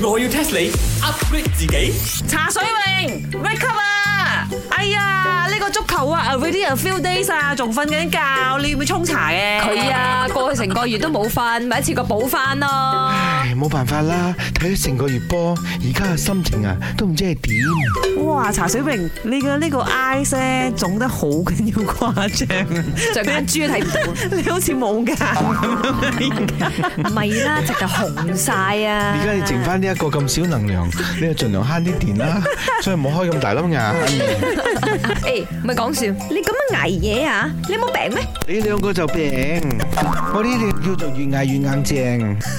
我要 test 你 upgrade 自己。茶水榮，wake up 啊！哎呀，呢個足球啊，already a few days 啊，仲瞓緊覺，你要唔要沖茶嘅？佢啊，過去成個月都冇瞓，咪一次過補翻咯。唉，冇辦法啦，睇咗成個月波，而家嘅心情啊，都唔知係點。哇，茶水榮，你嘅呢個 eyes 咧腫得好緊要誇張 啊！隻眼珠睇唔到，你好似冇 眼咁樣，唔係啦，直頭紅晒啊！而家你剩翻呢一個咁少能量，你就盡量慳啲電 啦，所以唔好開咁大粒眼。誒，唔係講笑，你咁樣捱夜啊？你冇病咩？你兩個就病，我呢啲叫做越捱越硬正。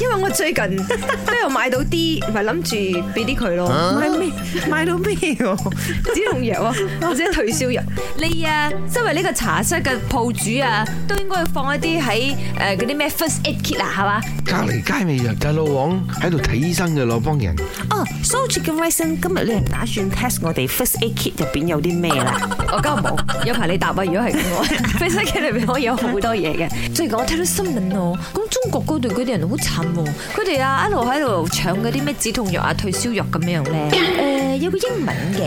因為我最近都有買到啲，咪諗住俾啲佢咯，買咩？買到咩喎？止痛藥啊，或者退燒藥。你啊，身為呢個茶室嘅鋪主啊，都應該要放一啲喺誒嗰啲咩 first aid kit 啊，係嘛？隔離街咪日日老王喺度睇醫生嘅咯，幫人。 哦，so chicken rice，今日你係打算 test 我哋 first aid kit 入邊有啲咩啊啦？我今日冇，有排你答啊！如果係咁我 Facebook 嘅裏面可以有好多嘢嘅。最近我睇到新聞喎，咁中國嗰度嗰啲人好慘喎，佢哋啊一路喺度搶嗰啲咩止痛藥啊、退燒藥咁樣咧。誒有個英文嘅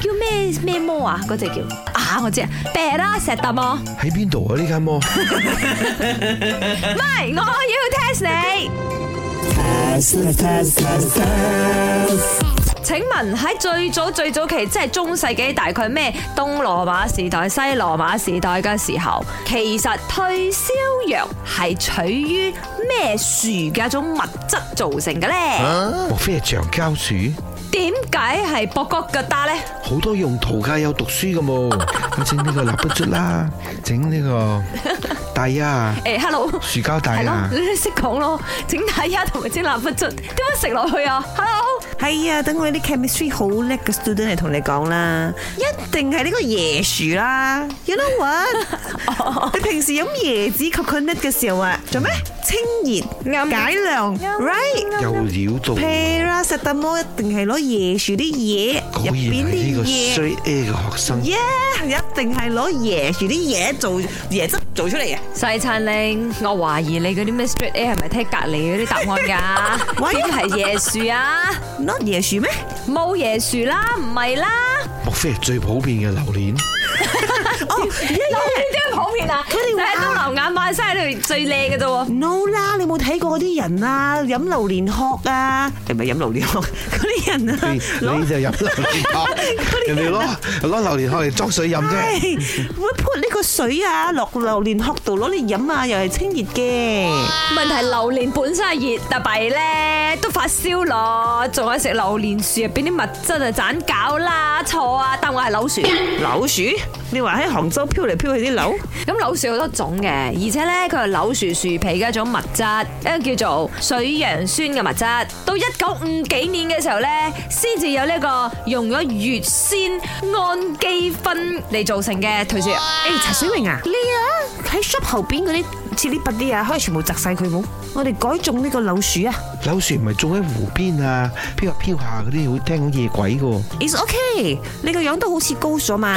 叫咩咩魔啊，嗰隻叫啊我知啊，病啦石達摩，唔喺邊度啊？呢間摩？係我要 test 你。請問喺最早最早期，即係中世紀，大概咩東羅馬時代、西羅馬時代嘅時候，其實退燒藥係取於咩樹嘅一種物質造成嘅呢？莫非係橡膠樹？點解係博哥腳打呢？好多用途㗎，有讀書㗎喎。我整呢個蠟筆捽啦，整呢個大 啊，誒，hello，樹膠帶係咯 啊，。你都識講咯，整大丫同埋整蠟筆捽，點樣食落去啊？hello，係啊，等我啲 chemistry 好叻嘅 student 嚟同你講啦，一定係呢個椰樹啦。You know what？你平時飲椰子 coconut 嘅時候啊，做咩清熱啱解涼，right？又料到， Para 實特摩一定係攞椰樹啲嘢果入然邊係呢啲個嘢衰 A 嘅學生。 ，yeah，一定係攞椰樹啲嘢做椰汁做出嚟嘅。西餐令，我懷疑你嗰啲咩 straight A 係咪聽隔離嗰啲答案 㗎？喂點係椰樹啊？ Not 椰樹咩？冇椰樹啦，唔係啦，莫非係最普遍嘅榴蓮？哦榴蓮都普遍啊，佢哋話喺東南亞買晒度最靚嘅啫喎。 ，no 啦，你冇睇過嗰啲人啊，飲榴蓮殼啊，係咪飲榴蓮殼？ 嗰啲人啊 你，攞你就飲榴蓮殼， 人哋啊攞攞榴蓮殼嚟裝水飲啫。係會潑呢個水啊落榴蓮殼度攞嚟飲啊，又係清熱嘅。問題係榴蓮本身係熱，但弊咧都發燒咯，仲有食榴蓮樹入邊啲物質啊，盞搞啦，錯啊！但我係柳樹，柳樹，你話喺杭州飄嚟飄去啲 柳？咁柳樹好多種嘅，而且咧佢係柳樹樹皮嘅一種物質，一個叫做水楊酸嘅物質。到一九五幾年嘅時候咧，先至有呢個用咗乙酰氨基酚嚟造成嘅退燒藥。誒，茶水明啊，你啊喺 shop 後邊嗰啲切呢拔啲啊，可以全部摘晒佢冇？我哋改種呢個柳樹啊柳樹唔係種喺湖邊啊，飄下飄下嗰啲會聽到夜鬼嘅喎。 ，it's okay，你個樣都好似高咗嘛。